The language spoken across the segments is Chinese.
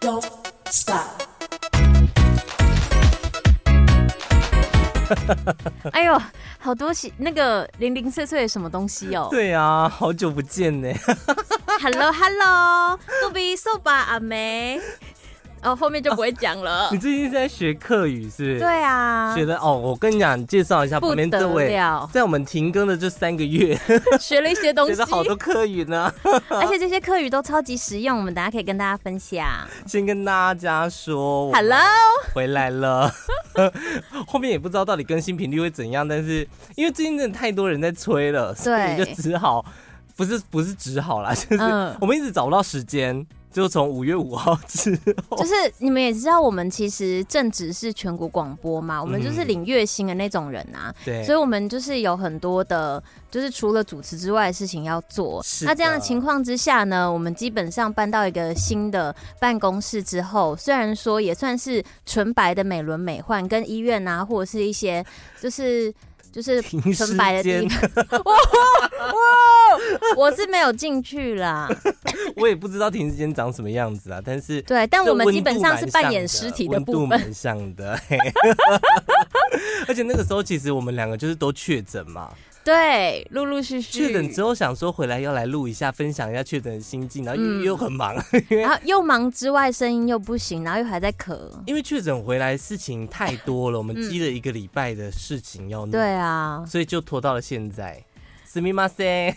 don't stop. 哎呦，好多喜那个零零碎碎的什么东西哦。对啊，好久不见 呢。 Hello Hello，杜比瘦吧阿梅。哦，后面就不会讲了你。最近是在学课语是不是？对啊，学的哦，我跟你讲，你介绍一下不旁边这得位了，在我们停更的这三个月，学了一些东学西了，好多课啊 语呢。而且这些课语都超级实用，我们等下可以跟大家分享。先跟大家说我 Hello，回来了， 后面也不知道到底更新频率会怎样，但是因为最近真的太多人在催了，所以就对只好不是不是只好啦，就是哦嗯我们一直找不到时间，就从五月五号之后就，是你们也知道，我们其实正职是全国广播嘛，我们嗯就是领月薪的那种人啊。对所以，我们就是有很多的，就是除了主持之外的事情要做。是那这样的的情况之下呢，我们基本上搬到一个新的办公室之后，虽然说也算是纯白的美轮美奂，跟医院啊，或者是一些就是就是停纯尸白的地间，方， 哇哇，我是没有进去啦。我也不知道停尸间长什么样子啊，但是对，但这我们基温本度上蛮是扮像演尸体的 温度部分。蛮像的。嘿而且那个时候，其实我们两个就是都确诊嘛，对，陆陆续续确诊之后想说回来要来录一下，分享一下确诊的心境，然后又嗯又很忙， 然后又忙之外，声音又不行，然后又还在咳。因为确诊回来事情太多了，我们积了一个礼拜的事情要弄，对啊，所以就拖到了现在。死密马塞，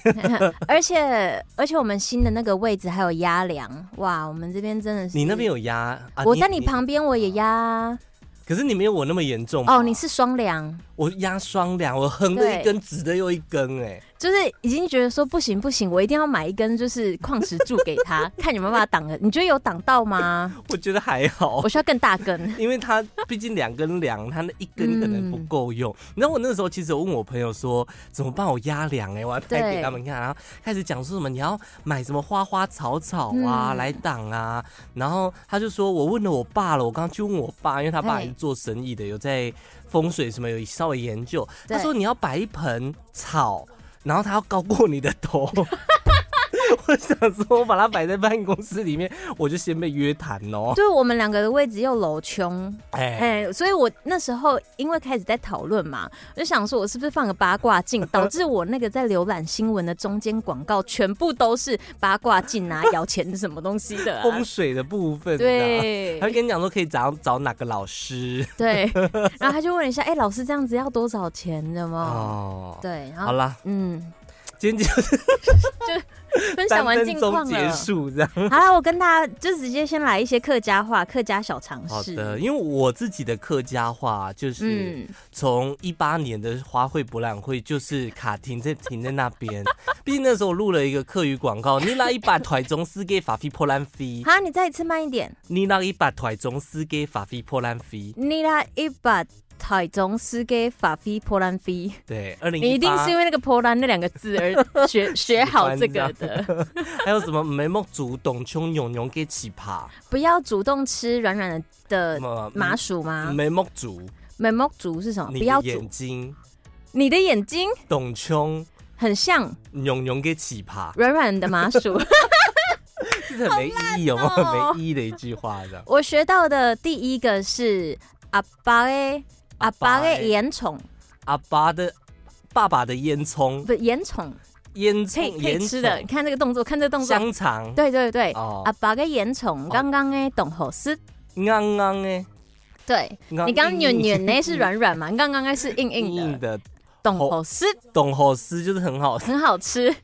而且而且我们新的那个位置还有压梁，哇，我们这边真的是你那边有压啊？我在你，旁边我也压可是你没有我那么严重吧哦，你是双梁，我压双梁，我横的一根，直的又一根、哎，就是已经觉得说不行不行，我一定要买一根就是矿石柱给 他，看有没有办法挡了。你觉得有挡到吗？我觉得还好我。需要更大根。因为它毕竟两根梁，它那一根可能不嗯够用。你知道我那时候其实有问我朋友说怎么办，我压梁哎、我要拍给对他们看，然后开始讲说什么你要买什么花花草草啊、嗯来挡啊，然后他就说我问了我爸了，我刚刚去问我爸，因为他爸哎也是做生意的，有在风水什么有稍微研究，对他说你要摆一盆草，然后它要高过你的头。 我想说，我把它摆在办公室里面，我就先被约谈哦。就是我们两个的位置又镂空，哎哎、所以我那时候因为开始在讨论嘛，我就想说，我是不是放个八卦 镜，导致我那个在浏览新闻的中间广告全部都是八卦镜啊、摇钱什么东西的、啊。风水的部分、啊，，对他会跟你讲说可以找找哪个老师对，然后他就问了一下，哎、老师这样子要多少钱的吗？哦。对，然好后啦，嗯，今天就是分享三完分近钟况结了。束这样。好了，我跟大家就直接先来一些客家话、客家小常好识。的，因为我自己的客家话啊就是嗯，从一八年的花卉博览会就是卡停在停在那边， 毕竟那时候我录了一个客语广告，你那一把台中四给法菲破烂飞， 好，你再一次慢一点。你那一把台中四给法菲破烂飞，你那一把台中司给法菲波兰菲。对，二零你一定是因为那个波兰那两个字而 学学好这个的。还有什么眉毛竹董琼勇勇给奇葩，不要主动吃软软的的什么麻薯啊吗？眉毛竹。美梦竹是什么？你啊不的要煮眼。睛，你的眼睛董琼很像勇勇给奇 葩，软软的麻 薯。这很没意义，有没有哦没意义的一句话这样？我学到的第一个是阿爸诶，阿爸的诶，烟囱阿爸的爸爸的烟囱，不烟囱烟可以囱可烟以吃的。囱你看这个动作，看这个动作。哦香肠，对对对，哦阿爸的烟囱刚刚诶，懂好是。刚刚哎，对刚你刚刚硬软软呢是软软嘛，你刚刚诶是硬硬硬的，的，哦懂好是。董好吃就是很好吃，很好吃。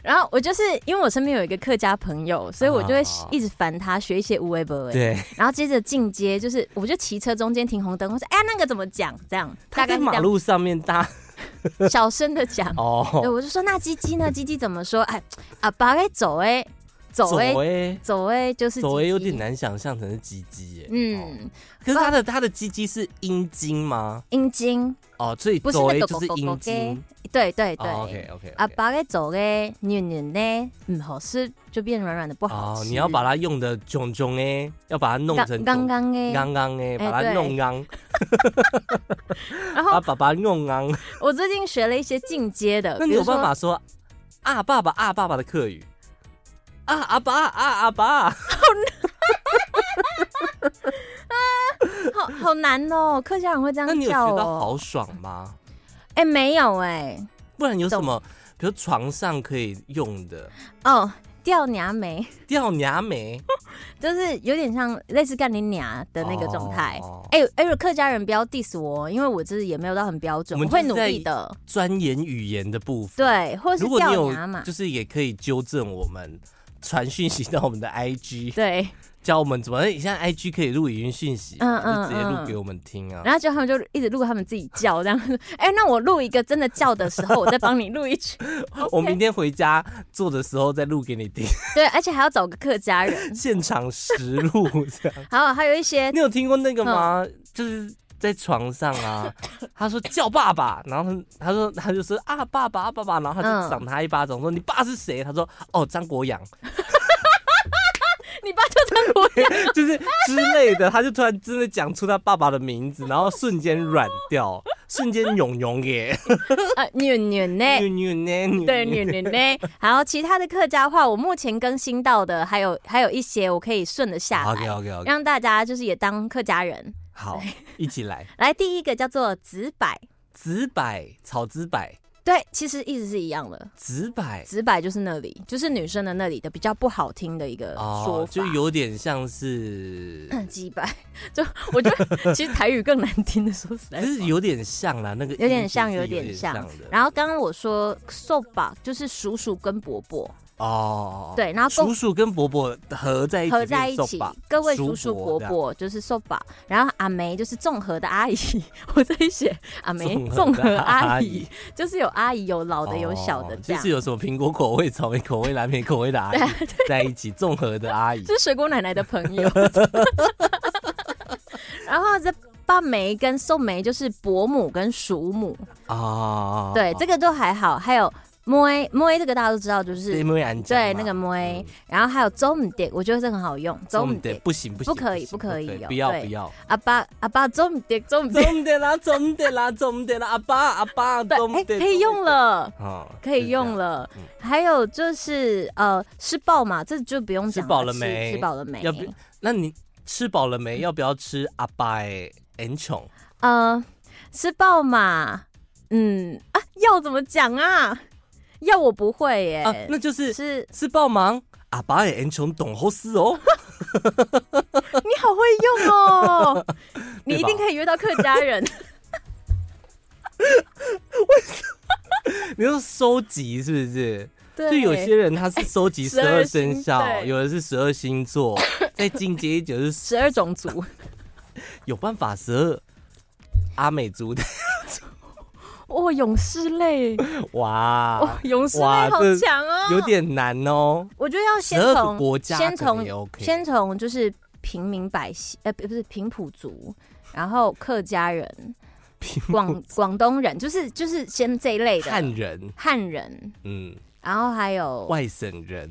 然后我就是因为我身边有一个客家朋友，所以我就会啊一直烦他学一些无为不为。对，然后接着进阶就是，我就骑车中间停红灯，我说：“哎，那个怎么讲？”这样大他概在是这马样，路上面搭 小声的讲。对， 哦，我就说：“那鸡鸡呢？鸡鸡怎么说？”哎，啊，爸该走哎，走走哎，哎，走哎，就是走哎，鸡鸡有点。难想象成是鸡鸡哎，哦，嗯，可是他的他的鸡鸡是阴茎吗？阴茎，哦，所以不是走哎那个就是狗狗狗阴狗茎，哦对对对。 OK OK，啊，爸该走哎，软软呢，嗯，好吃就变软软的，不好 吃。哦，你要把它用的囧囧哎，要把它弄成刚刚哎，刚刚哎，哎把它对弄刚，然后把爸爸弄刚。我最近学了一些进阶的，那你比如有说办法说啊爸爸啊爸爸的客语啊阿爸啊阿爸？好难哦，客家人会这样那你有叫学到哦。豪爽吗？哎、没有哎、不然有什么，比如床上可以用的哦，掉娘眉，掉牙眉 就是有点像类似干你娘的那个状态。哦哎、哎，客家人不要 diss 我哦，因为我就是也没有到很标准，我我们会就是努在力的。钻研语言的部分。对，或者是如果你掉有牙嘛，，就是也可以纠正我们，传讯息到我们的 IG，对，教我们怎么。哎现在 IG 可以录语音讯息，嗯嗯就直接录嗯给我们听啊。然后就他们就一直录他们自己叫这样。 哎、那我录一个真的叫的时候，我再帮你录一 句。我明天回家做的时候再录给 你听，对，而且还要找个客家 人。现场实录这 样。还有还有一 些你有听过那个吗？嗯就是在床上啊，他说叫爸爸，然后他他说他就说啊爸爸啊爸爸，然后他就嗯赏他一巴掌，说你爸是谁？他说哦张国阳， 你爸就当国人，就是之类的，他就突然真的讲出他爸爸的名字，然后瞬间软掉，瞬间勇勇 耶， 呃，女女呢？扭扭捏扭对，扭女女呢？还有其他的客家话，我目前更新到的还有还有一些，我可以顺得下来 OK，OK OK，让大家就是也当客家人。好，一起来， 来，第一个叫做紫柏，紫柏草紫柏对，其实意思是一样的。紫柏紫柏就是那里，就是女生的那里的比较不好听的一个说哦，法，就 有点像是，鸡白，就我觉 得其实台语更难听的，说实在就。是有点像啦，那个哎有点像，音有是点像的。然后刚刚我说 s o b a 就是叔叔跟伯伯，哦，对，然后叔叔跟伯伯合在一起合变在一起 soba，，各位叔叔伯伯就是 soba，然后阿梅就是综合的阿姨，我在写阿梅综综合合阿阿姨姨，就是有阿姨有老这样的有小的哦这就样是，有什么苹果口味、草莓口味、 蓝莓口味的阿姨在一起，综合的阿姨就。是水果奶奶的朋 友。然后这爸梅跟宋梅就是伯母跟叔母，哦，对，这个都还好。还有摸 A 摸 A 这个大家都知道，就是没安对那个摸 A，然后还有周母爹，我觉得这个很好用，周母爹。不行不行，不可以行不可以对哦不要对不要。阿爸阿爸周母爹 周母爹，总的啦，总的啦，总的啦，阿爸阿爸，对，总哎、得可以用了。啊，可以用了，了嗯，还有就是呃，吃饱嘛，这就不用讲吃饱了没吃吃饱了没要？不那你吃饱了嗯没？要不要吃阿爸诶？很穷，呃，吃饱嘛，嗯啊，要怎么讲啊？要我不会耶，啊，那就是呃是是爆忙。阿爸也很穷，懂后事 哦。呃你好会用哦， 你一对吧定可以约到客家人，你说收集是不 是？对，就有些人他是收集十12二星生肖，对有的是十二星座， 再进阶一点就是十二种族，有办法十二阿美族的。哦哇，勇士 类，哇哇，，哦勇士类哇好这强哦，有点难哦。我觉得要先12个从国家先可从能也 OK 先从就是平民百姓，呃，不不是平埔族，然后客家人、平广广东人，就是就是先这一类的汉人，汉人，嗯，然后还有外省 人，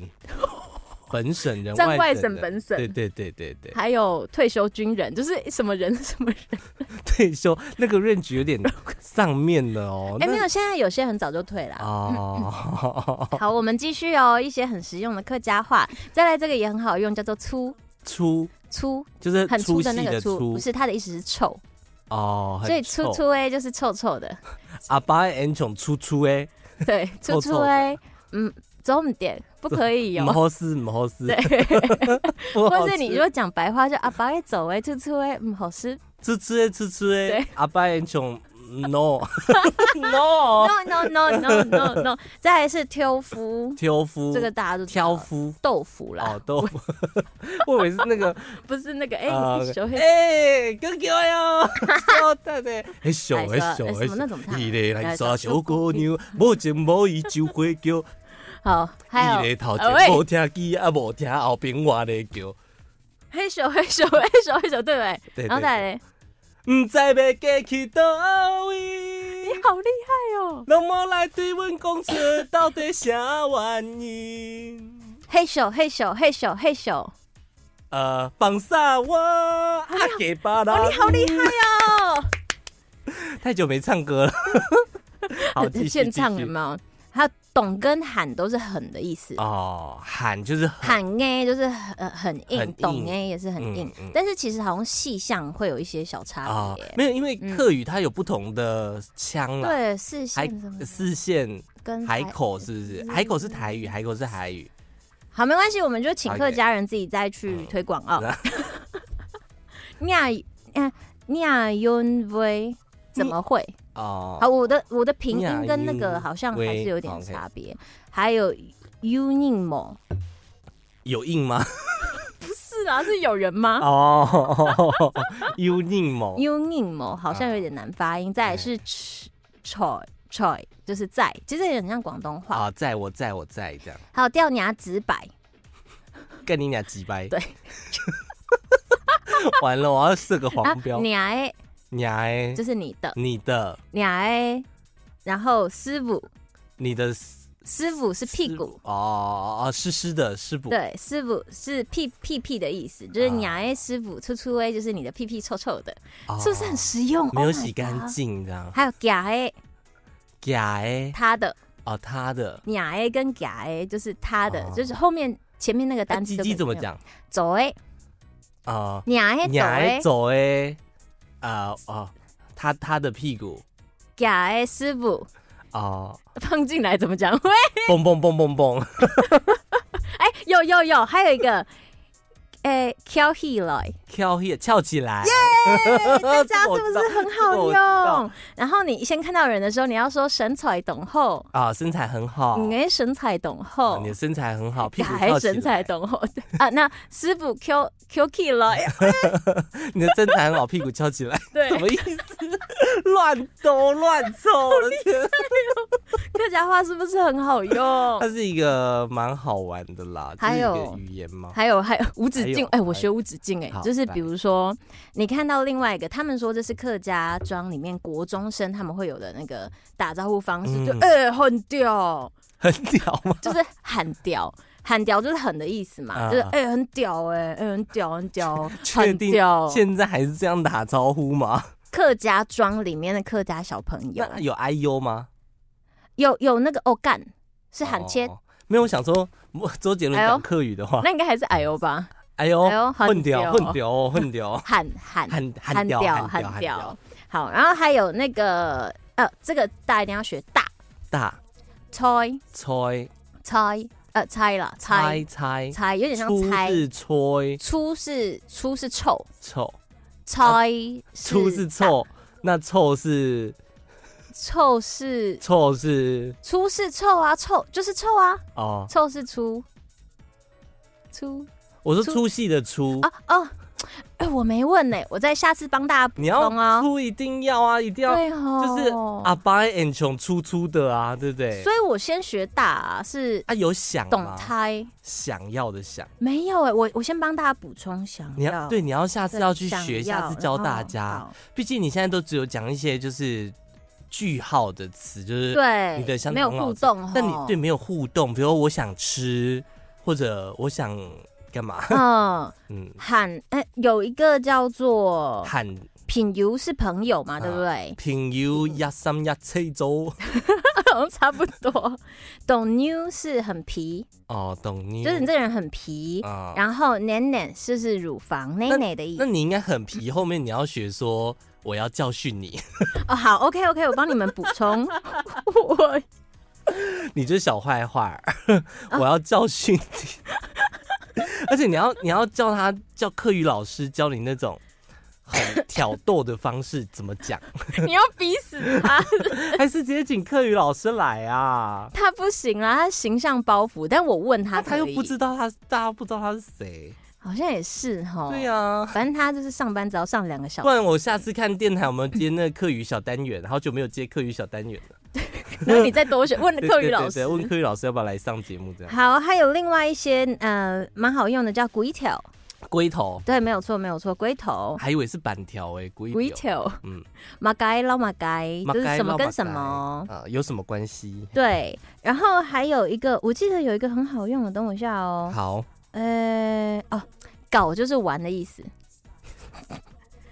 本省人，占外省省人本省对对对对对， 还有退休军人，就是什么人 什么人。退休那个 range 有点上面了哦。哎、那没有，现在有些很早就退了。啊哦，好，我们继续哦，一些很实用的客家话，再来这个也很好用，叫做粗。粗粗就是很粗粗的细那个粗，粗不是它的意思是臭，哦，所以很粗臭粗哎就是臭臭 的，阿爸很穷，粗粗哎，对，粗臭粗臭的哎，嗯，重点不可以有唔。好事唔 好 事，对，不好或吃者你如果讲白话，就阿爸会走哎，出出哎，嗯，好吃。吃吃哎吃吃哎对，阿爸很穷，no no， No no no no no no，再来是挑夫，挑夫这个大家都知道挑夫豆腐啦哦，，豆腐， 我以为是那个不是那个哎，啊你手会哎，哥哥 哟，笑得的，很小哎很什小么很什么哎那种小，一嘞来来抓小姑娘，无情无义就会 叫，好，还一嘞有头啊喂前无听机啊无听后边话咧叫，黑 手黑手黑手黑手，对不对？对然后对再来，唔知要过去倒你位。好厉害哦！拢无来对阮讲出到底啥原因？ 黑手黑手黑手黑手，呃，放下我，啊给巴嗯拉。哦，你好厉害哦！太久没唱歌了，好，继续 现唱继有续没有？还有懂跟喊都是狠的意思。哦，喊就是很喊 A 就是很呃很硬，很硬懂 A 也是很硬，嗯嗯但是其实好像细项会有一些小差啊别。，没有，因为客语它有不同的腔啦，嗯对，视海线什么的嗯四线跟海台口是不是？海口是台语，海口是海语。好，没关系，我们就请 OK 嗯客家人自己再去推广 啊。你啊，嗯，你啊，云威怎么会？哦，好，我的我的平你啊音跟那云个好像还威是有点好，OK 差别。还有 unimo，有 硬吗？不是啊，是有人吗哦，U 硬 某 unimo 好像有点难发音。哦再来是 ch choi choi，就是在，其实也很像广东话。啊，在我在我在这样，还有掉牙直白，跟你俩几掰。对， 完了，我要设个黄哦标。你哎，你哎就，是你的你的你哎，然后师傅你的师傅是屁师股。哦哦哦，湿湿的师傅。对，师傅是屁屁屁的意思，就是啊你哎师傅粗粗哎，就是你的屁屁臭臭的，哦，是不是很实用？没有 Oh my 洗 god 干。净这样？还有假哎，假哎他的哦，他的你哎跟假哎，就是他的，哦就是后面前面那个那单词哎鸡都鸡可以怎么用？讲走哎，啊？你哎你走还哎，走哎？啊哦，他他的屁股假哎师傅哦，放进来怎么讲？喂，蹦蹦蹦蹦蹦。 哎有有有，还有一个。哎，挑起来，跳起翘起来， 大家是不是很哦这个我知好道用？然后你先看到人的时候，你要说神采董厚，啊？身材很好，你哎神采董厚啊，你的身材很好，屁股哎还翘起神采来，等候啊！那师傅 Q Q K 了， 哎你的身材很好，屁股翘起 来，对什么意思？ 乱兜乱凑，我的 天，啊客家话是不是很好用 它？是一个蛮好玩的啦，还就是一个有语言嘛，还有还有无止还境有，哎、还有我学无止境、哎好，就是来比如说你看到另外一个，他们说这是客家庄里面国中生他们会有的那个打招呼方式，嗯就哎很屌，很屌吗？就是很屌。很屌就是狠的意思嘛，啊就是哎、很屌哎、哎很屌很屌确很定屌。现在还是这样打招呼吗？客家庄里面的客家小朋友那有 I U 吗？有有那个哦干是喊切，哦没有，我想说周杰伦哎呦讲客语的话， 那应该还是矮欧吧？哎呦哎呦，混很屌屌混屌哦混屌 哦，喊喊很很屌喊很屌屌，。好，然后还有那个呃，这个大家一定要学大大猜猜。猜呃猜了猜猜猜，猜，有点像出猜。是吹粗是粗是臭，臭，猜出是臭，那臭是大，臭是臭是粗是臭啊，臭就是臭啊，哦，臭是粗粗我说出粗细的粗，啊哦，哎、我没问呢、我再下次帮大家补你要充啊。粗一定要啊，一定要对哦，就是啊阿巴 and 穷粗粗的啊，对不对所？以我先学大、啊、是啊，有想懂吗？猜。想要的想，没有哎、我我先帮大家补充想你要对，你要下下次要去学，下次教嗯大家。毕竟你现在都只有讲一些就是句号的词，就是对，哦你的想没有法很互好吃动，但你对，没有互动，比如我想吃，或者我想干嘛？嗯，嗯，喊哎、有一个叫做喊品油是朋友嘛，对不对？朋友一三一七 周嗯好像差不多。懂妞是很皮，哦，懂你。就是你这个人很皮。啊、然后奶奶就是乳房奶奶的意那思你应该很皮，后面你要学说我要教训 你，哦。好，OK OK，我帮你们补 充。我你这小坏坏儿， 我要教训你。而且你 要你要叫他叫课语老师教你那种很挑逗的方式怎么讲，你要逼死 他，还是直接请课语老师来啊？他不行啦，他形象包袱。但我问他可他以，又不知道他，大家不知道他是谁。好像也是哈。对呀、啊反正他就是上班只要上两个小不时，然我下次看电台有没有接那个课语小单元，好久没有接课语小单元 了。然后你再多学问 对课语老对对师对。问课语老师要不要来上节目这样。好，还有另外一些呃蛮好用的叫 鬼条，龟头，对，没有错，没有错，龟头。还以为是板条哎、龟鬼头，条，嗯，马该捞马该，马就是该什么捞跟马什该么，啊、有什么关系？对。然后还有一个，我记得有一个很好用的，等我一下哦。好，呃，哦，搞就是玩的意思，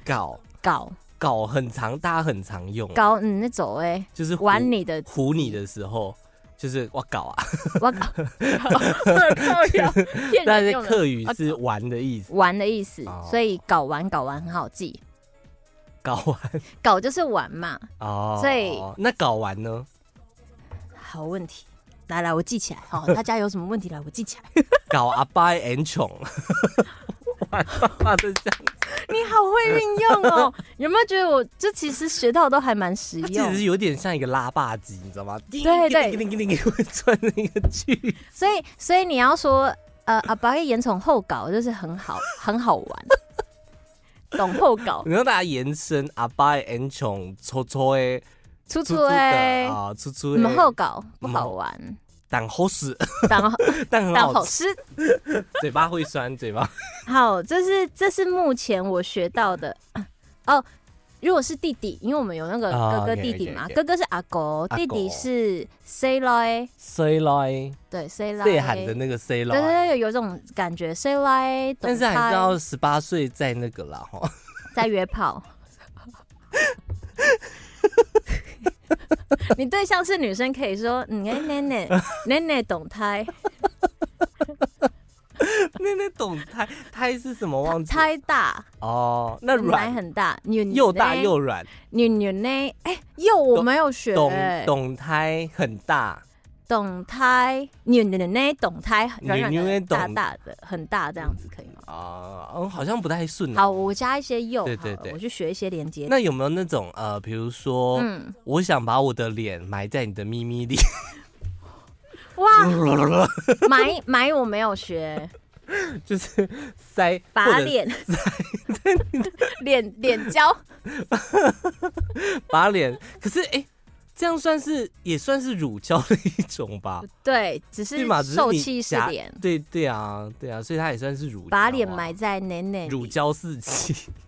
搞搞搞很长，大家很常用，搞，嗯，那走哎，就是玩 你你的唬你的时候，就就是我搞啊，我 靠，靠呀，骗但人是用的哦客语是玩的意思，玩的意思哦，所以搞玩搞玩很好记，搞玩搞就是玩嘛。哦。所以那搞完呢？好问题，来来，我记起来。 好、大家有什么问题来，我记起来。 搞阿爸 and 宠，玩爸爸的这样，你好会运用 哦，有没有觉得我这其实学到都还蛮实其实用？有点像一个拉霸机，你知道吗？对对叮叮叮叮叮会转那个剧。所以所以你要说呃，阿爸演宠后搞就是很好， 很好玩，懂后搞， 你让大家延伸阿爸 and 宠，搓搓诶，粗粗粗粗的哎，啊，粗粗你们后诶，搞不好玩，当好 使，当但很当好好吃，师。嘴巴会酸，嘴巴好，这是这是目前我学到的 哦。如果是弟弟，因为我们有那个啊哥哥 OK，OK，弟弟嘛 OK 哥哥是阿狗，阿狗弟弟是 say lie， C 来对 say lie，最喊的那个 C 对对来，对，有种感觉 say lie，懂但是还拍是要十八岁再那个啦 哈。在约炮。 你对象是女生，可以说嗯，哎，奶 奶，奶奶懂胎， 那那懂胎胎是什么忘记？胎大，哦，那奶软很大，女女又大呢又软，女女呢？哎，又我没有学，懂哎懂胎很大，懂胎，女女呢？懂胎，软软女女的呢，懂大大的，很大，这样子可以吗？啊、嗯，好像不太顺、好，，我加一些又，对好对了对我去学一些连接。那有没有那种呃，比如说，嗯，我想把我的脸埋在你的咪咪里， 哇，埋埋我没有学，就是塞或把者脸脸脸胶，把脸，可是哎、诶这样算是也算是乳胶的一 种吧？对，只对是嘛？只是受你气是夹脸，对对啊，对啊，所以它也算是乳、啊、把脸埋在奶奶乳里。胶四起。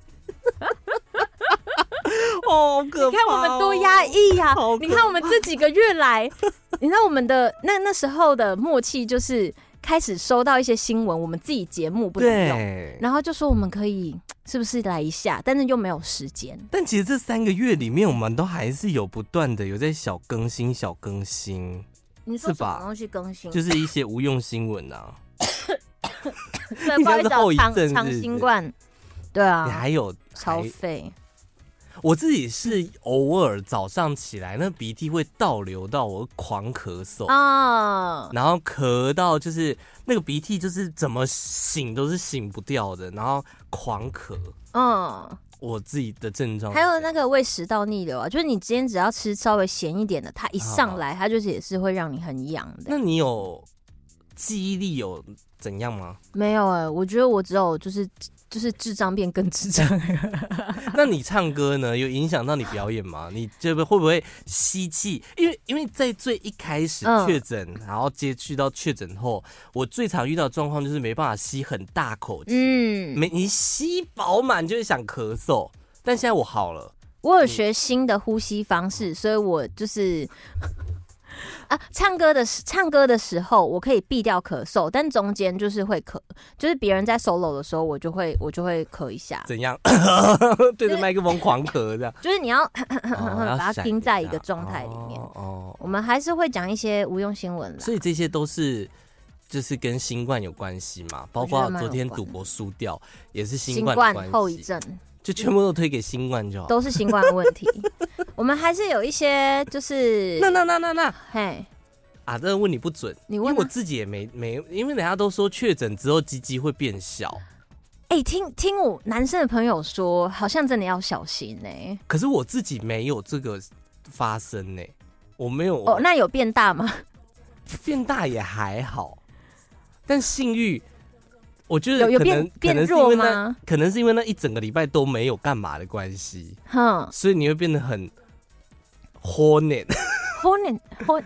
哦，好可你怕、看我们多压。抑呀、好可你看我们这几个月 来，你知道我们的那那时候的默契就是开始收到一些新闻，我们自己节目不能用，对，然后就说我们可以是不是来一下，但是又没有时间。但其实这三个月里面，我们都还是有不断的有在小更新、小更新，你说是什吧么东西更新？就是一些无用新闻啊。对，不好意思你这样是后啊，遗长症是不长是新冠，对 你啊，还有超还费。我自己是偶尔早上起来，那鼻涕会倒流到我狂咳嗽，啊，然后咳到就是那个鼻涕就是怎么醒都是醒不掉的，然后狂咳。嗯，我自己的症状还有那个胃食道逆流啊，就是你今天只要吃稍微咸一点的，它一上来，它就是也是会让你很痒的。那你有记忆力有怎样吗？没有哎、我觉得我只有就是就是智障变更智障， 那你唱歌呢，有影响到你表演吗？你这个会不会吸气？因为因为在最一开始嗯确诊，然后接去到确诊后，我最常遇到的状况就是没办法吸很大口气，嗯，没你吸饱满就会想咳嗽。但现在我好了，我有嗯学新的呼吸方式，所以我就是。啊，唱歌的时唱歌的时候，我可以避掉咳嗽，但中间就是会咳，就是别人在 solo 的时候，我就会我就会咳一下，怎样？ 对着麦克风狂 咳这样，就是你要哦把它闪盯在一下个状态里面哦哦我们还是会讲一些无用新闻啦。所以这些都是就是跟新冠有关系嘛，包我觉得括蛮有昨天关赌的博输掉也是新新冠的冠关后遗系，症哦就全部都推给新冠就好。都是新冠的问 题，我们还是有一些就是那那那那那嘿，啊，这个问你不准，你因为问我啊自己也没没，因为人家都说确诊之后鸡鸡会变小，哎、听听我男生的朋友说，好像真的要小心欸呢、可是我自己没有这个发生呢、我没有，哦，那有变大吗？变大也还好，但性欲。我觉得有有可能变变可能是因弱为那吗？可能是因为那一整个礼拜都没有干嘛的关系，哼，所以你会变得很 hornet，婚恋婚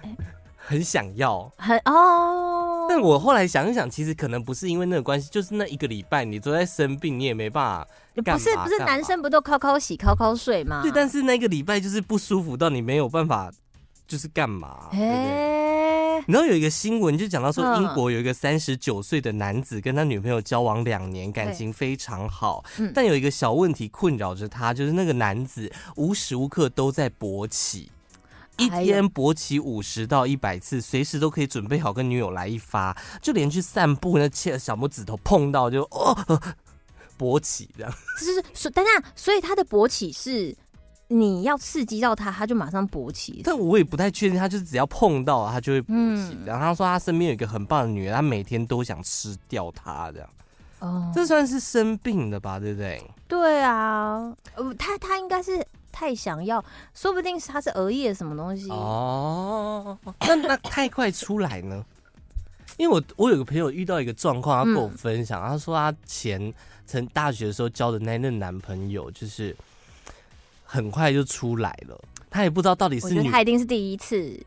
很想要。很哦，但我后来想一想，其实可能不是因为那个关系，就是那一个礼拜你都在生病，你也没办干不嘛是不是，干嘛男生不都靠靠洗靠靠睡吗？法。对，但是那个礼拜就是不舒服到你没有办法，就是干嘛？对不对？哎、然后有一个新闻就讲到说，嗯英国有一个三十九岁的男子跟他女朋友交往两年，感情非常好嗯，但有一个小问题困扰着他，就是那个男子无时无刻都在勃起，一一哎呦天勃起五十到一百次，随时都可以准备好跟女友来一发，就连去散步那切小拇指头碰到就哦呃勃起 这样。就是所等等，所以他的勃起是你要刺激到他，他就马上勃起。但我也不太确定，他就是只要碰到他就会勃起嗯。然后他说他身边有一个很棒的女人，他每天都想吃掉她这样，哦，这算是生病的吧，对不对？对啊，呃，他他应该是太想要，说不定是他是额叶什么东西。哦，那那太快出来呢？因为我我有个朋友遇到一个状况，他跟我分享，他说他前曾大学的时候交的那任男朋友，就是很快就出来了，他也不知道到底我是觉得女他一定是第一次，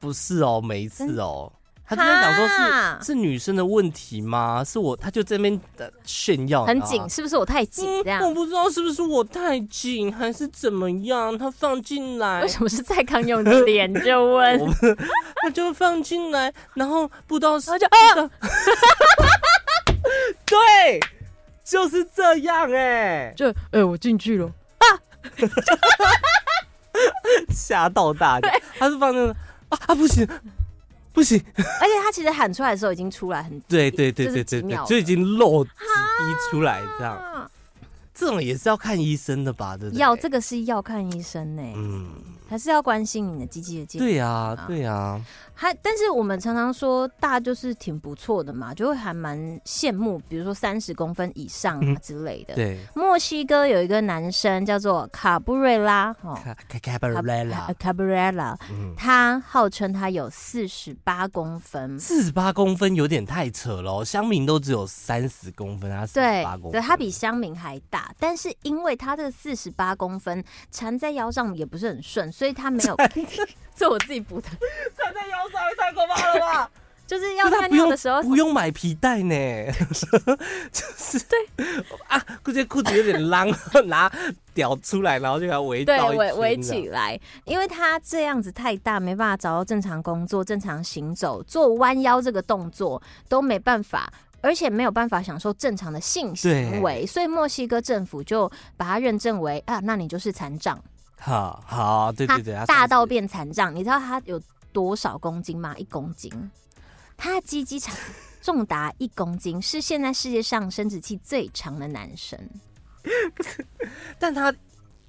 不是哦，每一次哦，他真就在想说哈是是女生的问题吗？是我，他就在那边呃炫耀，很你知道吗紧，是不是我太紧这样嗯？我不知道是不是我太紧还是怎么样，他放进来为，什么是蔡康永的脸 就问？我他就放进来，然后不知道是然后就啊， 对，就是这样哎、就哎、我进去了，吓到大家，他是放进来啊啊不行不行，而且他其实喊出来的时候已经出来很 对对对就是对几对秒啊对，了就已经漏几滴出来这样，啊，这种也是要看医生的吧，对不对？要这个是要看医生呢、嗯。还是要关心你的鸡鸡的健康。对呀、啊对呀、还但是我们常常说大就是挺不错的嘛，就会还蛮羡慕，比如说三十公分以上啊嗯之类的。对。墨西哥有一个男生叫做卡布瑞拉，哦，卡卡卡巴瑞拉，卡布瑞拉，嗯，他号称他有四十八公分。四十八公分有点太扯了、哦，乡民都只有三十公分，啊他四十对八公，分，啊对，他比香民还大，但是因为他这四十八公分缠在腰上也不是很顺，所以他没有。 这我自己补的，缠在腰上也太可怕了吧！ 就是可要是尿他不尿用的时候，不用买皮带呢， 就是对 啊，估计裤子有点浪， 拿屌出来，然后就给它围对到一围圈围这起样。来，因为他这样子太大，没办法找到正常工作、正常行走、做弯腰这个动作都没办法。而且没有办法享受正常的性行为，所以墨西哥政府就把它认证为啊，那你就是残障，好好，对对对，他它大算到是变残障。你知道他有多少公斤吗？一公斤，他的鸡鸡长重达一公斤，是现在世界上生殖器最长的男生。但他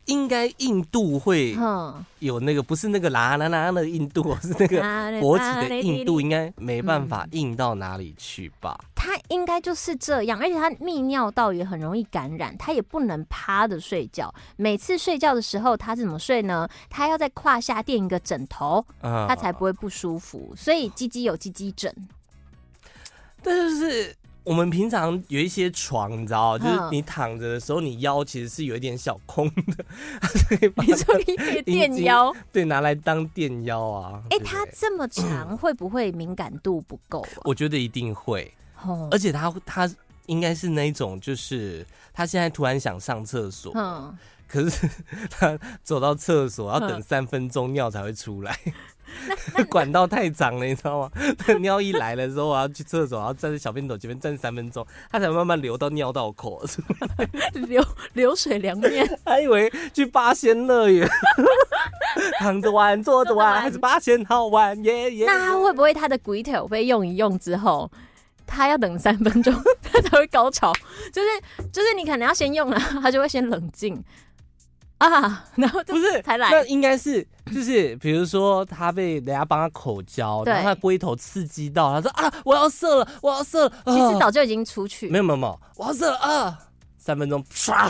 应该硬度会哼，有那个，不是那个啦啦啦的硬度，是 那个啊勃起的硬度应该没办法硬到哪里去吧？他应该就是这样，而且他泌尿道也很容易感染，他也不能趴着睡觉。每次睡觉的时候，他怎么睡呢？他要在胯下垫一个枕头，啊，他才不会不舒服。所以鸡鸡有鸡鸡 枕，但就是我们平常有一些床，你知道，就是嗯你躺着的时候，你腰其实是有一点小空的， 你说你可以垫腰？对，拿来当垫腰啊。哎、对不他对这么长，会不会敏感度不够啊？我觉得一定会，哦而且他他应该是那一种，就是他现在突然想上厕所，嗯，可是 他走到厕所要等嗯三分钟尿才会出来， 管道太长了，你知道吗？那尿一来了之后，我要去厕所，然后站在小便斗前面站三分钟，它才慢慢流到尿道口。 流流水凉面，还以为去八仙乐园，躺着玩、坐着玩，还是八仙好玩耶耶。 那他会不会他的鬼腿被用一用之后？他要等三分钟，他才会高潮。就是就是，你可能要先用了，他就会先冷静啊，然后就不是才来那应该是就是， 比如说他被人家帮他口交，对然后他龟头刺激到，他说啊，我要射了，我要射了。其实啊早就已经出去没有没有没有，我要射了啊！三分钟， 唰，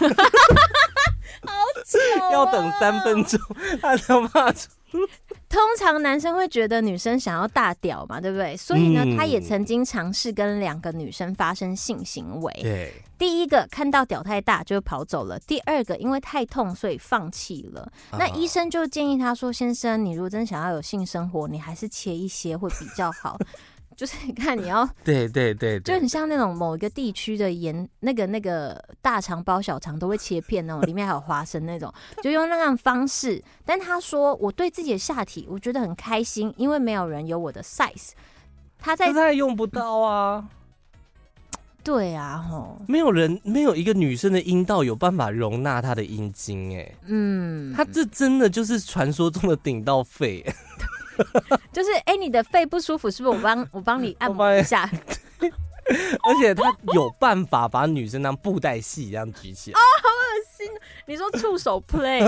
啊要等三分。钟，他他妈出通常男生会觉得女生想要大屌嘛，对不对？所以呢，嗯他也曾经尝试跟两个女生发生性行为。对，第一个看到屌太大就跑走了，第二个因为太痛所以放弃了。那医生就建议他说：“先生，你如果真想要有性生活，你还是切一些会比较好。 就是你看，你要对对对，就对很像那种某一个地区的盐，那个那个大肠包小肠都会切片那种，里面还有花生那种，就用那样方式。但他说，我对自己的下体我觉得很开心，因为没有人有我的 size。他但在是他也用不到啊。对啊，吼，没有人没有一个女生的阴道有办法容纳她的阴茎、哎，嗯，她这真的就是传说中的顶到肺、哎就是哎、你的肺不舒服，是不是我 帮我帮你按我帮摩你一下？而且她有办法把女生当布袋戏一样举起啊来， 你说触手 play，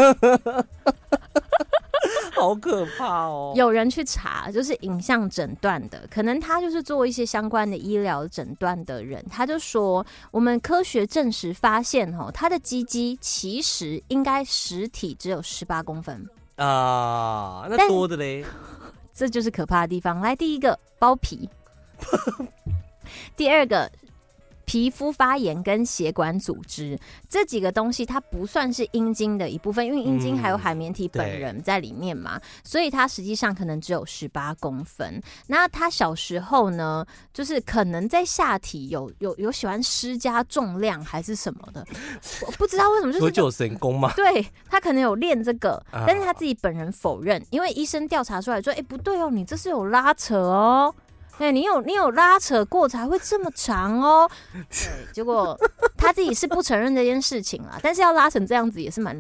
好可怕哦！有人去查，就是影像诊断的，可能他就是做一些相关的医疗诊断的人，他就说，我们科学证实发现，哦，他的鸡鸡其实应该实体只有十八公分，啊、那但多的嘞，这就是可怕的地方。来，第一个包皮，第二个皮肤发炎跟血管组织这几个东西，它不算是阴茎的一部分，因为阴茎嗯还有海绵体本对人在里面嘛，所以它实际上可能只有十八公分。那他小时候呢，就是可能在下体有有有喜欢施加重量还是什么的，我不知道为什么就是多久神功 嘛？对他可能有练这个，啊但是他自己本人否认，因为医生调查出来说，哎、不对哦，你这是有拉扯哦，对你有你有拉扯过才会这么长哦。对，结 果他自己是不承认这件事情啦，但是要拉成这样子也是蛮，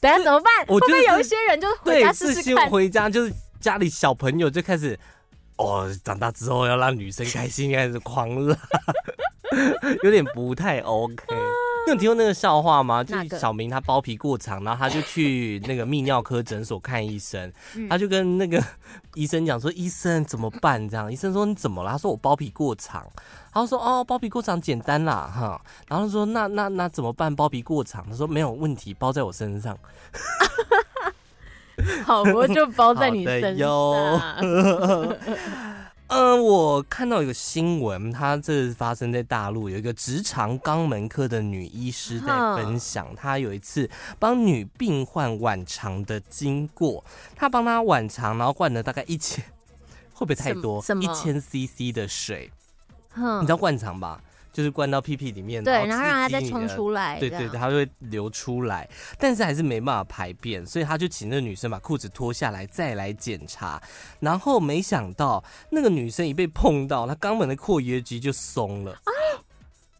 等一下怎么办？我觉得会不会有这一些人 就是回对家，试是试先看？回家就是家里小朋友就开始，哦，长大之后要让女生开心，开始狂拉， 有点不太 OK。你有听过那个笑话吗？就啊哪是个小明他包皮过长，然后他就去那个泌尿科诊所看医生，嗯他就跟那个医生讲说：“医生怎么办？”这样，医生说：“你怎么了？”他说：“我包皮过长。”他就说：“哦，包皮过长简单啦，哈。”然后他说：“那那那怎么办？包皮过长？”他说：“没有问题，包在我身上。”好，我就包哦在你好的身哟 上。嗯，我看到有个新闻，它这是发生在大陆，有一个直肠肛门科的女医师在分享，她有一次帮女病患晚肠的经过，她帮她晚肠，然后灌了大概一千，会不会太多什？么一什么千 CC 的水，你哼知，道灌肠吧？就是灌到屁屁里面，对，然后让他它再冲出来，对这对样对，它就会流出来，但是还是没办法排便，所以他就请那个女生把裤子脱下来再来检查，然后没想到那个女生一被碰到，她肛门的括约肌就松了，啊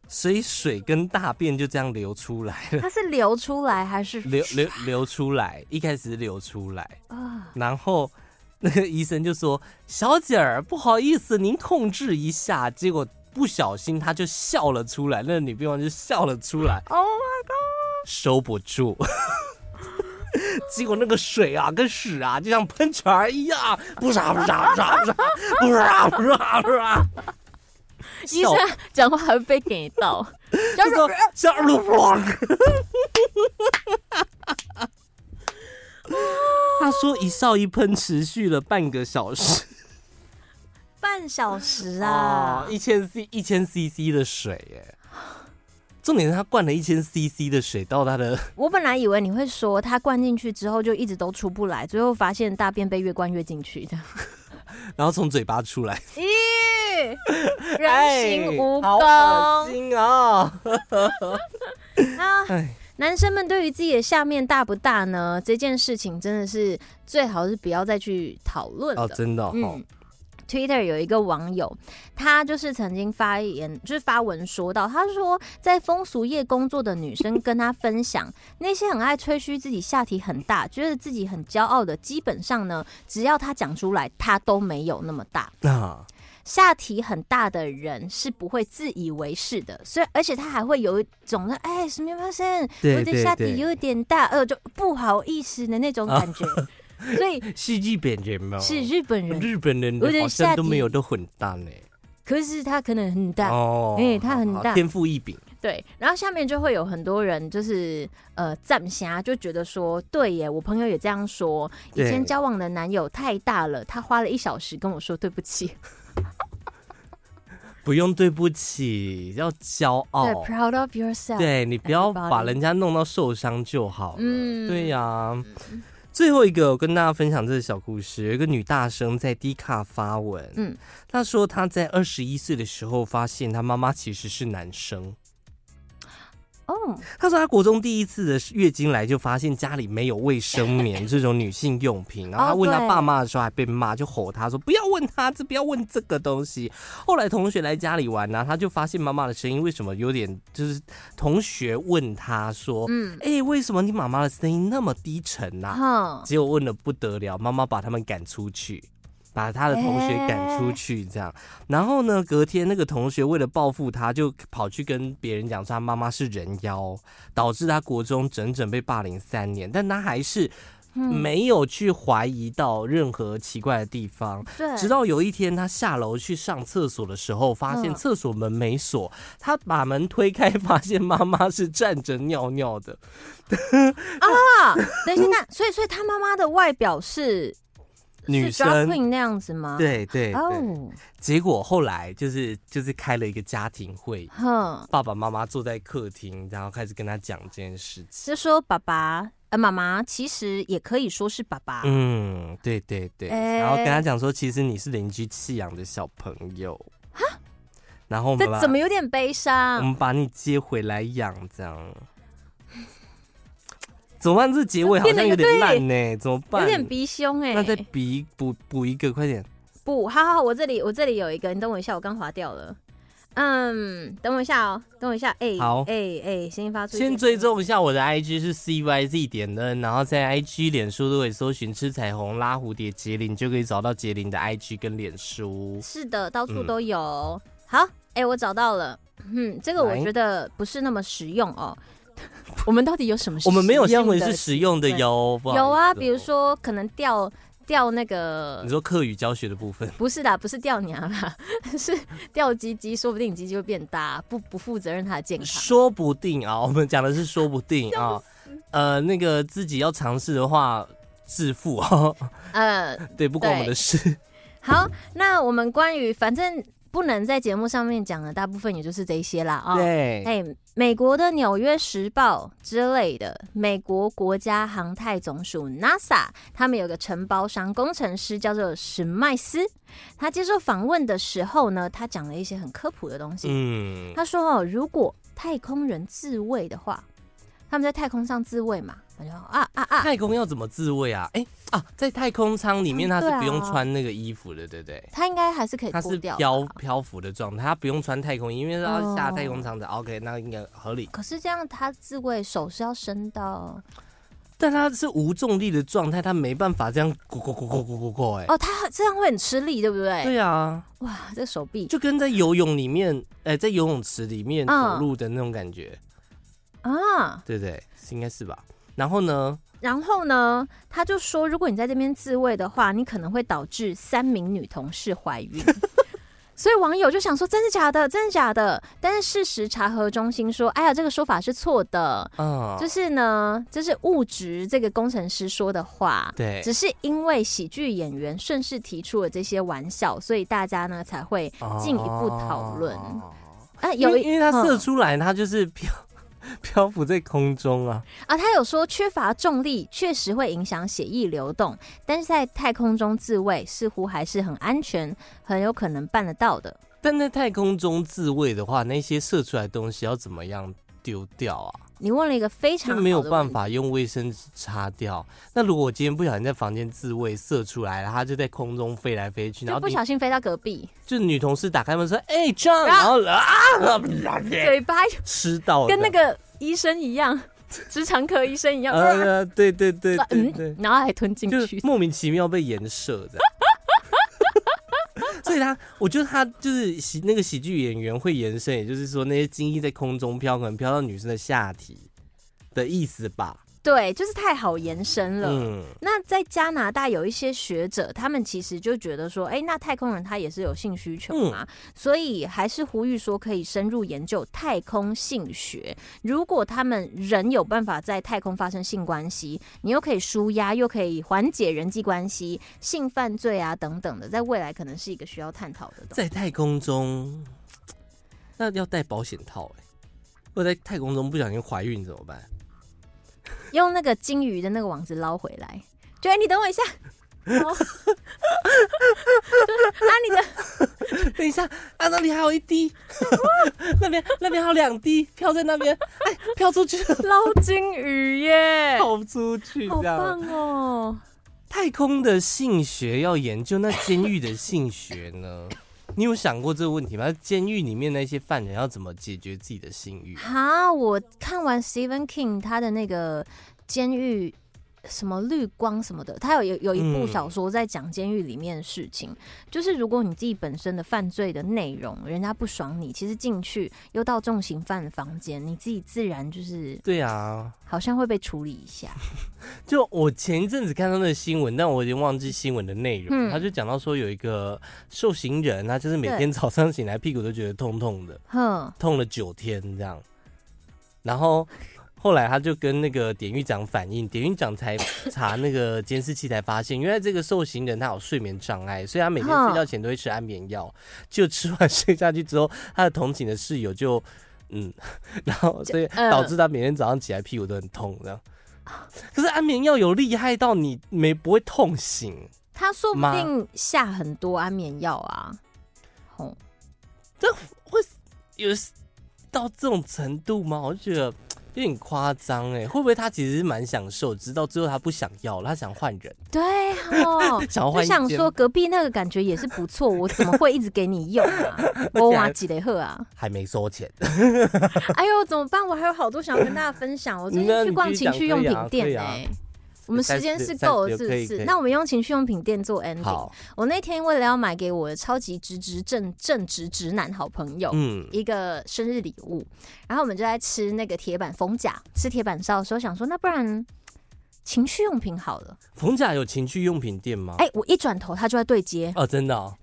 所以水跟大便就这样流出来了，它是流出来还是流流流出来，一开始是流出来，啊？然后。那个医生就说：“小姐儿，不好意思，您控制一下。”结果不小心，她就笑了出来，那个女病患就笑了出来，哦，收不住。 结果那个水啊，跟屎啊，就像喷泉儿一样，不沙不沙不啊沙不沙不沙不沙不啊沙，医生讲话还会被给到，就就是说像噜噜。他说一笑一喷持续了半个小时半小时啊，哦一千 c 一千 cc 的水耶。重点是他灌了一千 cc 的水到他的我本来以为你会说他灌进去之后就一直都出不来，最后发现大便被越灌越进去的。然后从嘴巴出来，咦， 人形蜈哎好蚣恶心啊！啊！哎，男生们对于自己的下面大不大呢这件事情，真的是最好是不要再去讨论哦，了。真的、哦，嗯，Twitter 有一个网友，他就是曾经发言，就是发文说到，他说在风俗业工作的女生跟他分享， 那些很爱吹嘘自己下体很大，觉得自己很骄傲的，基本上呢，只要他讲出来，他都没有那么大。那下体很大的人是不会自以为是的，所以而且他还会有一种呢，哎，什么发生？对我的对下对体有点大，呃，就不好意思的那种感觉。所以是日本人吗？是日本人，日本人我觉的得好像都没有都混蛋呢。可是他可能很大，哦哎他很好好大天赋异禀。对，然后下面就会有很多人就是呃赞虾，就觉得说，对耶，我朋友也这样说，以对前交往的男友太大了，他花了一小时跟我说对不起，不用对不起，要骄傲 对。，proud of yourself，，哦对你不要 Everybody 把人家弄到受伤就好了。嗯对呀、最后一个，我跟大家分享这个小故事。有一个女大生在 D 卡发文，嗯她说她在二十一岁的时候发现她妈妈其实是男生，哦，她说她国中第一次的月经来就发现家里没有卫生棉这种女性用品，然后她问她对爸妈的时候还被骂，就吼她说不要问她，这不要问这个东西。后来同学来家里玩呢、她就发现妈妈的声音为什么有点就是同学问她说，嗯，哎、为什么你妈妈的声音那么低沉啊呐、哼，结果问的不得了，妈妈把他们赶出去，把他的同学赶出哎去，这样。然后呢，隔天那个同学为了报复他，就跑去跟别人讲说他妈妈是人妖，导致他国中整整被霸凌三年，但他还是嗯没有去怀疑到任何奇怪的地方。对，直到有一天，他下楼去上厕所的时候，发现嗯厕所门没锁，他把门推开，发现妈妈是站着尿尿的。啊，等一下，那所以所以他妈妈的外表是女是 drag 生 queen 那样子吗？，对对对。哦，结果后来就是就是开了一个家庭会，哼，爸爸妈妈坐在客厅，然后开始跟他讲这件事情。是说爸爸呃妈妈，其实也可以说是爸爸，嗯，对对对，哎然后跟他讲说，其实你是邻居弃养的小朋友，然后我们这把怎么有点悲我伤？们把你接回来养，这样。 怎么办？这结尾好像有点烂呢、怎么办？有点鼻凶哎、那再补一补补一个，快点。不，好好，我这里我这里有一个，你等我一下，我刚划掉了。嗯，等我一下哦，等我一下，哎、好哎哎、声音发出去，先追踪一下我的 IG 是 CYZ 点 N，然后在 IG、脸书都可以搜寻“吃彩虹拉蝴蝶杰林”，你就可以找到杰林的 IG 跟脸书。是的，到处嗯都有。好，哎、我找到了。嗯，这个我来觉得不是那么实用哦。 我们到底有什么？我们没有新闻是实用的对哟，不好意思有啊，哦比如说可能掉掉那个你，说课语教学的部分， 不是的，不是掉娘啦， 是掉鸡鸡，说不定你鸡鸡会变大，不不负责任它的健康。说不定啊，我们讲的是说不定啊，呃，那个自己要尝试的话。致富哦， 呃，对，不关我们的事。好，那我们关于反正不能在节目上面讲的大部分也就是这一些啦啊、对，哎、美国的《纽约时报》之类的，美国国家航太总署 NASA，他们有个承包商工程师叫做史麦斯，他接受访问的时候呢，他讲了一些很科普的东西。嗯，他说哦，如果太空人自卫的话，他们在太空上自卫嘛，然后啊啊啊，太空要怎么自卫啊？哎、啊，在太空舱里面它嗯是对啊不用穿那个衣服的，对不对？他应该还是可以它脱是掉吧。啊漂漂浮的状态，它不用穿太空衣，因为它要下哦太空舱的。OK，那应该合理。可是这样，他自卫手是要伸到但它是无重力的状态，它没办法这样咕咕咕咕咕咕咕哎。哦，他这样会很吃力，对不对？对啊，哇，这手臂就跟在游泳里面，哎、在游泳池里面嗯走路的那种感觉，啊！对不对？是应该是吧？然后呢？然后呢，他就说，如果你在这边自慰的话，你可能会导致三名女同事怀孕。 所以网友就想说，真的假的？真的假的？但是事实查核中心说，哎呀，这个说法是错的。嗯，就是呢，这是物质这个工程师说的话，对只是因为喜剧演员顺势提出了这些玩笑，所以大家呢才会进一步讨论。哦啊，因有为一因为它射嗯出来，它就是 漂漂浮在空中啊。啊，他有说缺乏重力确实会影响血液流动，但是在太空中自慰似乎还是很安全，很有可能办得到的。但在太空中自卫的话，那些射出来的东西要怎么样丢掉啊？你问了一个非常就好的没有办问题，法用卫生纸擦掉。那如果我今天不小心在房间自慰射出来了，它就在空中飞来飞去，然就后不你小心飞到隔壁，就女同事打开门说：“哎、j o h n 然然后啊，嘴巴 吃到跟那个个医生一样， 直肠科医生一样，啊呃，对对对对嗯对，，然后还吞进就是去。莫名其妙被颜射的。 所以他，我觉得他就是喜那个喜剧演员会延伸，也就是说那些精液在空中飘，可能飘到女生的下体的意思吧。对，就是太好延伸了。嗯，那在加拿大有一些学者，他们其实就觉得说，哎、那太空人他也是有性需求嘛，所以还是呼吁说可以深入研究太空性学。如果他们人有办法在太空发生性关系，你又可以舒压，又可以缓解人际关系、性犯罪啊等等的，在未来可能是一个需要探讨的东西。在太空中，那要戴保险套哎、如果在太空中不小心怀孕怎么办？ 用那个金鱼的那个网子捞回来。觉得你等我一下， 哦对啊，你的等一下啊，那里还有一滴， 那边那边还有两滴，飘在那边，哎，飘出去了，捞金鱼耶，跑出去，好这样棒。 哦！太空的性学要研究，那监狱的性学呢？ 你有想过这个问题吗？监狱里面那些犯人要怎么解决自己的性欲？哈，我看完 Stephen King 他的那个监狱什么绿光什么的，他有有有一部嗯小说在讲监狱里面的事情，就是如果你自己本身的犯罪的内容，人家不爽你，其实进去又到重刑犯的房间，你自己自然就是对啊，好像会被处理一下。 就我前一阵子看到那个新闻，但我已经忘记新闻的内容。嗯他就讲到说有一个受刑人，他就是每对天早上醒来屁股都觉得痛痛的，哼，痛了九天这样。然后后来他就跟那个典狱长反映，典狱长才查那个监视器才发现，原来这个受刑人他有睡眠障碍，所以他每天哼睡觉前都会吃安眠药，就吃完睡下去之后，他的同寝的室友就。嗯， 然后所以呃导致他每天早上起来屁股都很痛，这样。可是安眠药有厉害到你没不会痛醒，他说不妈定下很多安眠药啊。哦，有到这种程度吗？我就觉得有点夸张哎，会不会他其实是蛮享受，直到最后他不想要了，他想换人，对哦， 想就要换一想间说隔壁那个感觉也是不错，我怎么会一直给你用 啊？我哇几雷赫啊！还没收钱，哎呦，怎么办？我还有好多想要跟大家分享。我最那近你去逛继情续讲趣用可以品啊可以店啊哎、我们时间是30够了， 30是可不以可是？以那我们用情趣用品店做 ending。好，我那天为了要买给我的超级直直正正直直男好朋友，嗯，一个生日礼物，然后我们就在吃那个铁板风甲，吃铁板烧的时候想说，那不然情趣用品好了。冯甲有情趣用品店吗？哎、我一转头他就在对接，哦，真的、哦，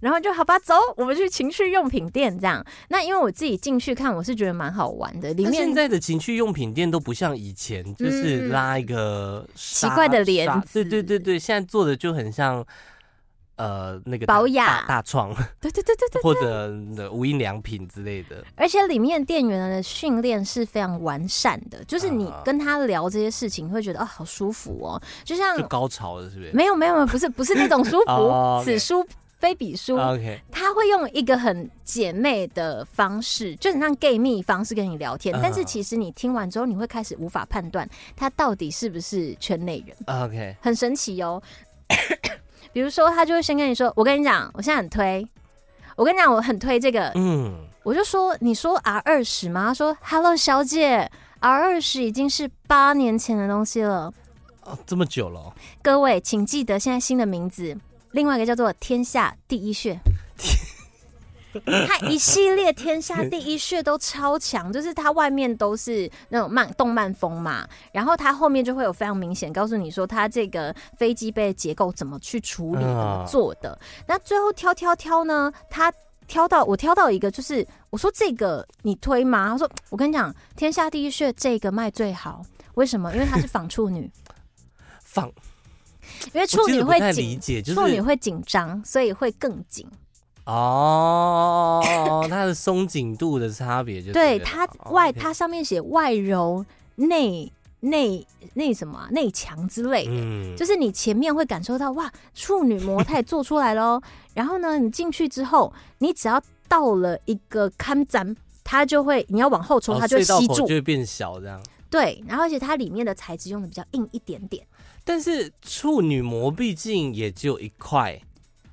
然后就好吧，走，我们去情趣用品店这样。那因为我自己进去看，我是觉得蛮好玩的，里那面现在的情趣用品店都不像以前，就是嗯拉一个奇怪的帘对子对对对，现在做的就很像。呃，那个保大雅大大创对对对对对，或者呃无印良品之类的，而且里面店员的训练是非常完善的，就是你啊跟他聊这些事情，会觉得哦好舒服哦，就像就高潮了，是不是没有没有没有不是不是那种舒 哦服， ，OK 啊此舒非彼舒， ？OK，他会用一个很姐妹的方式，就很像 gay 蜜方式跟你聊天，嗯但是其实你听完之后，你会开始无法判断他到底是不是圈内人， OK，很神奇哦。 比如说，他就会先跟你说：“我跟你讲，我现在很推，我跟你讲，我很推这个。嗯，我就说：“你说 R 二十吗？”他说：“Hello，小姐，R 二十已经是八年前的东西了。哦，这么久了哦、各位请记得现在新的名字，另外一个叫做“天下第一 穴”。它一系列天下第一穴都超强，就是它外面都是那种漫动漫风嘛，然后它后面就会有非常明显告诉你说它这个飞机杯的结构怎么去处啊理、怎么做的。那最后挑挑挑呢，它挑到我挑到一个，就是我说这个你推吗？他说我跟你讲，天下第一穴这个卖最好，为什么？因为它是仿处女。放因为处女我其实不太会理紧，解，就处女是会紧张，所以会更紧。哦， 它的松紧度的差别就对了它哦外， OK 它上面写外柔内内内什么啊内强之类的。嗯，就是你前面会感受到哇，处女膜它也做出来喽。然后呢，你进去之后，你只要到了一个看展，它就会你要往后冲，哦它就会隧道吸口住就。会变小这样。对，然后而且它里面的材质用的比较硬一点点。但是处女膜毕竟也只有一块，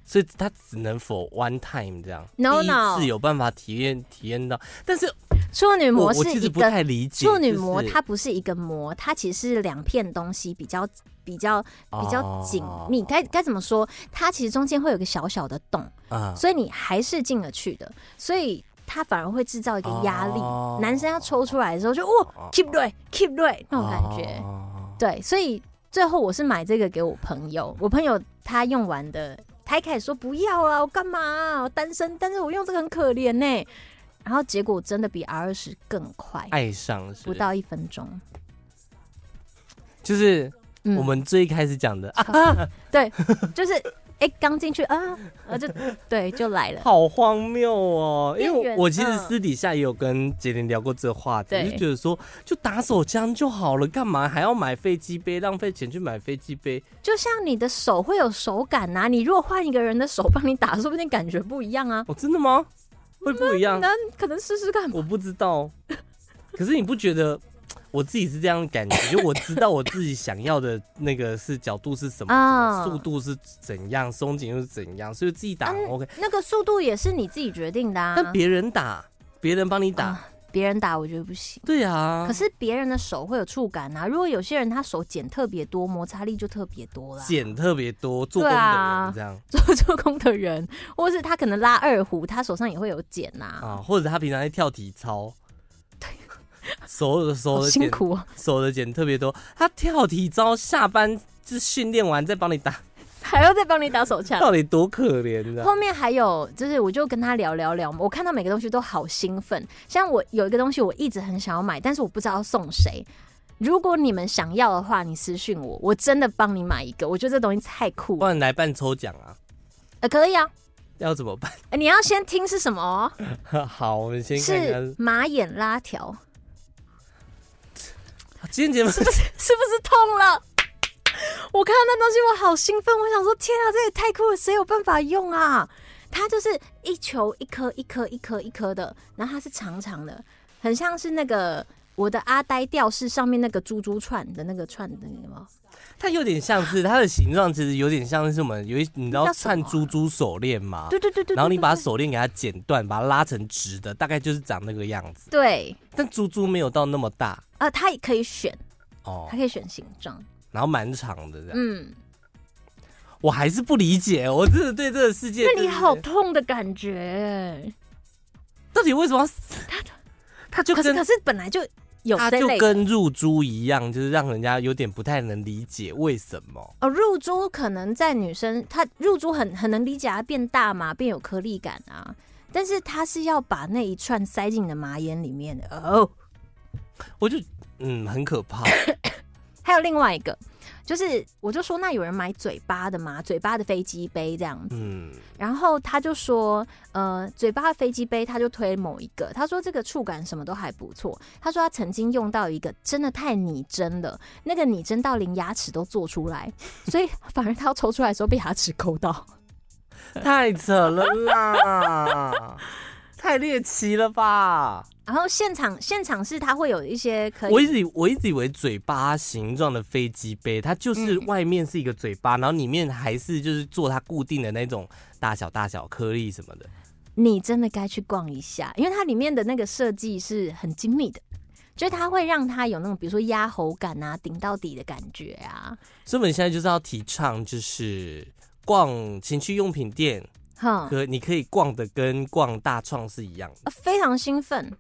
所以它只能否 one time 这样。 No, 第 no 一次有办法体验体验到，但是处女我膜我是其一实不个太理解处女膜，就是它不是一个膜，它其实是两片东西比较比较比较紧哦密，该该怎么说？它其实中间会有一个小小的洞，啊所以你还是进得去的，所以它反而会制造一个压力。哦男生要抽出来的时候就哦，keep 对，keep 对那种感觉，哦对，所以最后我是买这个给我朋友，我朋友他用完的，他一开始说不要啦，我干嘛啊、我单身，但是我用这个很可怜呢、然后结果真的比 R 二十更快，爱上是不到一分钟。就是嗯我们最一开始讲的啊， 对，就是哎、哎，刚进去啊，呃，就对，就来了。好荒谬哦！因为店员我我其实嗯私底下也有跟杰林聊过这个话题，对就觉得说，就打手枪就好了，干嘛还要买飞机杯，浪费钱去买飞机杯？就像你的手会有手感呐、你如果换一个人的手帮你打，说不定感觉不一样啊。哦，真的吗？会不一样？那可能试试看吧。嗯我不知道。可是你不觉得我自己是这样的感觉？就我知道我自己想要的那个是角度是什么，啊什么速度是怎样，松紧又是怎样，所以自己打很 OK。那个速度也是你自己决定的啊。但别人打，别人帮你打，啊别人打，我觉得不行。对啊。可是别人的手会有触感啊，如果有些人他手茧特别多，摩擦力就特别多啦。剪特别多，做工对的啊人这样做做工的人，或是他可能拉二胡，他手上也会有茧呐、啊或者他平常在跳体操，手的手好的辛剪苦哦，手的剪特别多，他跳体操下班就训练完再帮你 打，还要再帮你打手枪。到底多可怜啊的后面还有，就是我就跟他聊聊聊，我看到每个东西都好兴奋。像我有一个东西，我一直很想要买，但是我不知道要送谁。如果你们想要的话，你私信我，我真的帮你买一个。我觉得这东西太酷不了，然来办抽奖啊，呃，可以啊。要怎么办？ 呃你要先听是什么哦？好，我们先看是看马眼拉条，今天节目是是不是痛了？我看到那东西，我好兴奋，我想说，天啊，这也太酷了，谁有办法用啊？它就是一球一颗一颗一颗一颗的，然后它是长长的，很像是那个我的阿呆吊饰上面那个珠珠串的那个串的那个吗？它有点像是它的形状，其实有点像是什么？有一你知 道那叫什么啊串珠珠手链吗？对对对对，然后你对把对手链给它剪断，把它拉成直的，大概就是长那个样子。对，但珠珠没有到那么大呃，它也可以选，哦它，可以选形状，然后蛮长的这样。嗯，我还是不理解，我真的对这个世界，那你好对对痛的感觉，对到底为什么要死？它就可是跟可是本来就有它这就类的跟入珠一样，就是让人家有点不太能理解为什么。哦，入珠可能在女生，她入珠很很能理解，它啊变大嘛，变有颗粒感啊。但是她是要把那一串塞进你的马眼里面的哦。我就嗯，很 可怕。还有另外一个，就是我就说那有人买嘴巴的嘛，嘴巴的飞机杯这样子。嗯，然后他就说，呃，嘴巴的飞机杯，他就推某一个，他说这个触感什么都还不错。他说他曾经用到一个真的太拟真了，那个拟真到连牙齿都做出来， 所以反而他要抽出来的时候被牙齿抠到。太扯了啦，太猎奇了吧！然后现场现场是它会有一些可我一以直以我一直以为嘴巴形状的飞机杯，它就是嗯外面是一个嘴巴，然后里面还是就是做它固定的那种大小大小颗粒什么的。你真的该去逛一下，因为它里面的那个设计是很精密的，就是它会让它有那种比如说压喉感啊、顶到底的感觉啊，所以我们现在就是要提倡，就是逛情趣用品店，哼，可你可以逛的跟逛大创是一样的。呃非常兴奋。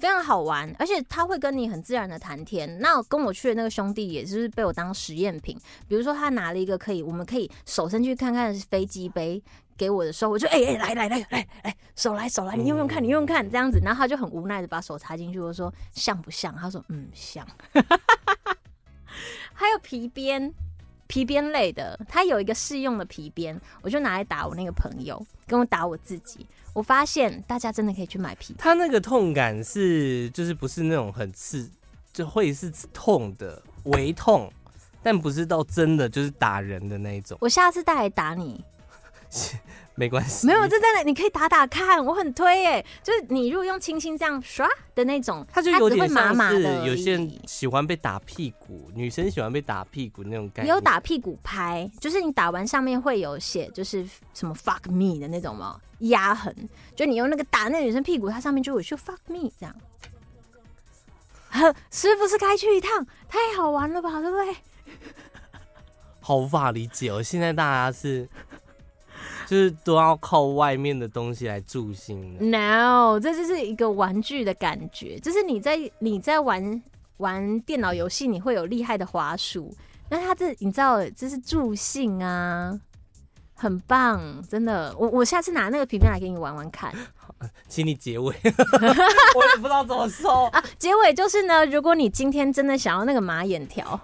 非常好玩，而且它会跟你很自然的谈天。那跟我去的那个兄弟也就是被我当实验品，比如说他拿了一个可以，我们可以手伸去看看的飞机杯给我的时候，我就哎哎、来来来来来手来手来，你用用看，你用用看这样子。然后他就很无奈的把手插进去，我说像不像？他说嗯像。 还有皮鞭，皮鞭类的，它有一个试用的皮鞭，我就拿来打我那个朋友，跟我打我自己。我发现大家真的可以去买皮鞭它那个痛感是就是不是那种很刺，就会是痛的，微痛，但不是到真的就是打人的那一种。我下次带来打你，没关系，没有，这真的你可以打打看，我很推耶。就是你如果用轻轻这样刷的那种，它就有只点会麻像麻是的而已。有些人喜欢被打屁股，女生喜欢被打屁股那种感也觉。有打屁股拍，就是你打完上面会有写，就是什么 fuck me 的那种嘛压痕，就你用那个打那女生屁股，它上面就有说 fuck me 这样。 呵，是不是该去一趟？太好玩了吧，对不对？好无法理解哦！现在大家是就是都要靠外面的东西来助兴的。 No，这就是一个玩具的感觉，就是你在你在玩玩电脑游戏，你会有厉害的滑鼠，那它这你知道这是助兴啊，很棒，真的。我我下次拿那个皮鞭来给你玩玩看。请 你结尾，我也不知道怎么说。结尾就是呢，如果你今天真的想要那个马眼条，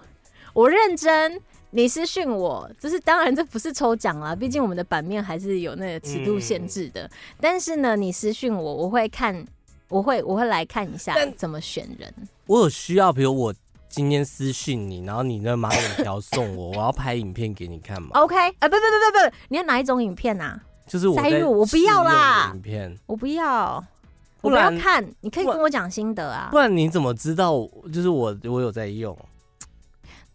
我认真。你私讯我，就是当然这不是抽奖啦，毕竟我们的版面还是有那个尺度限制嗯的。但是呢，你私讯我，我会看，我会我会来看一下怎么选人。 我有需要，比如我今天私讯你，然后你那马尾条送我，我要拍影片给你看嘛？ OK，啊、不不不不不，你要哪一种影片啊？就是我塞在入我不要啦试用的影片，我不要，不我不要然看，你可以不跟然我讲心得啊不。然你怎么知道我？就是我我有在用，哦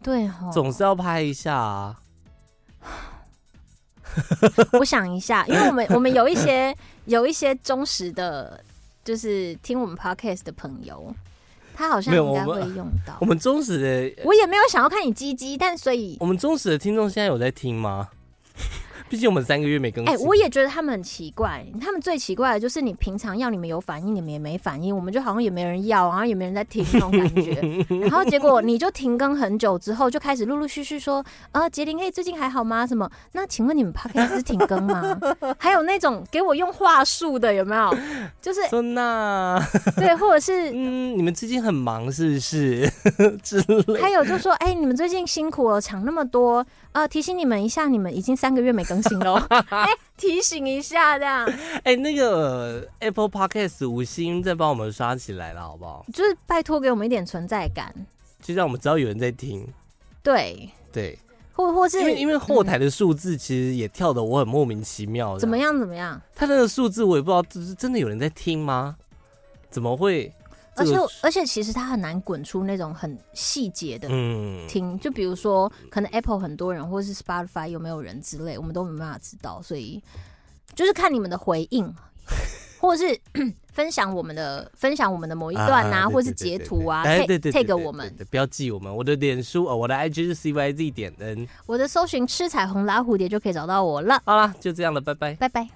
对哦，总是要拍一下啊。 我想一下，因为我们我们有一些有一些忠实的，就是听我们 podcast 的朋友，他好像没有应该我会们用到我。们忠实的，我也没有想要看你鸡鸡，但所以我们忠实的听众现在有在听 吗？毕竟我们三个月没更哎、新。我也觉得他们很奇怪。他们最奇怪的就是，你平常要你们有反应，你们也没反应，我们就好像也没人要，然后也没人在听那种感 觉。然后结果你就停更很久之后，就开始陆陆续续说，呃，杰林，哎、最近还好吗？什么？那请问你们 p o d c a s 是停更吗？ 还有那种给我用话术的，有没有？就是说那 对，或者是嗯，你们最近很忙是不是？ 之类。还有就说，哎、你们最近辛苦了，抢那么多，呃，提醒你们一下，你们已经三个月没更新喽， 哎、提醒一下这样，哎、那个呃 Apple Podcast 五星再帮我们刷起来了，好不好？就是拜托给我们一点存在感，就让我们知道有人在听。对，对，或或是因为因为后台的数字其实也跳的我很莫名其妙。怎么？样怎么样，他那个数字我也不知道，就是真的有人在听吗？怎么会？而这且个而且其实它很难滚出那种很细节的。嗯，听，就比如说，可能 Apple 很多人，或是 Spotify 有没有人之类，我们都没办法知道，所以就是看你们的回 应，或者是 分享我们的分享我们的某一段啊，对或是对对截对图啊哎，对对对，take 对对我们对，对不要记我们，我的脸书哦，我的 IG 是 CYZ 点 N。我的搜寻吃彩虹拉蝴蝶就可以找到我了，好啦，就这样了，拜拜。拜拜。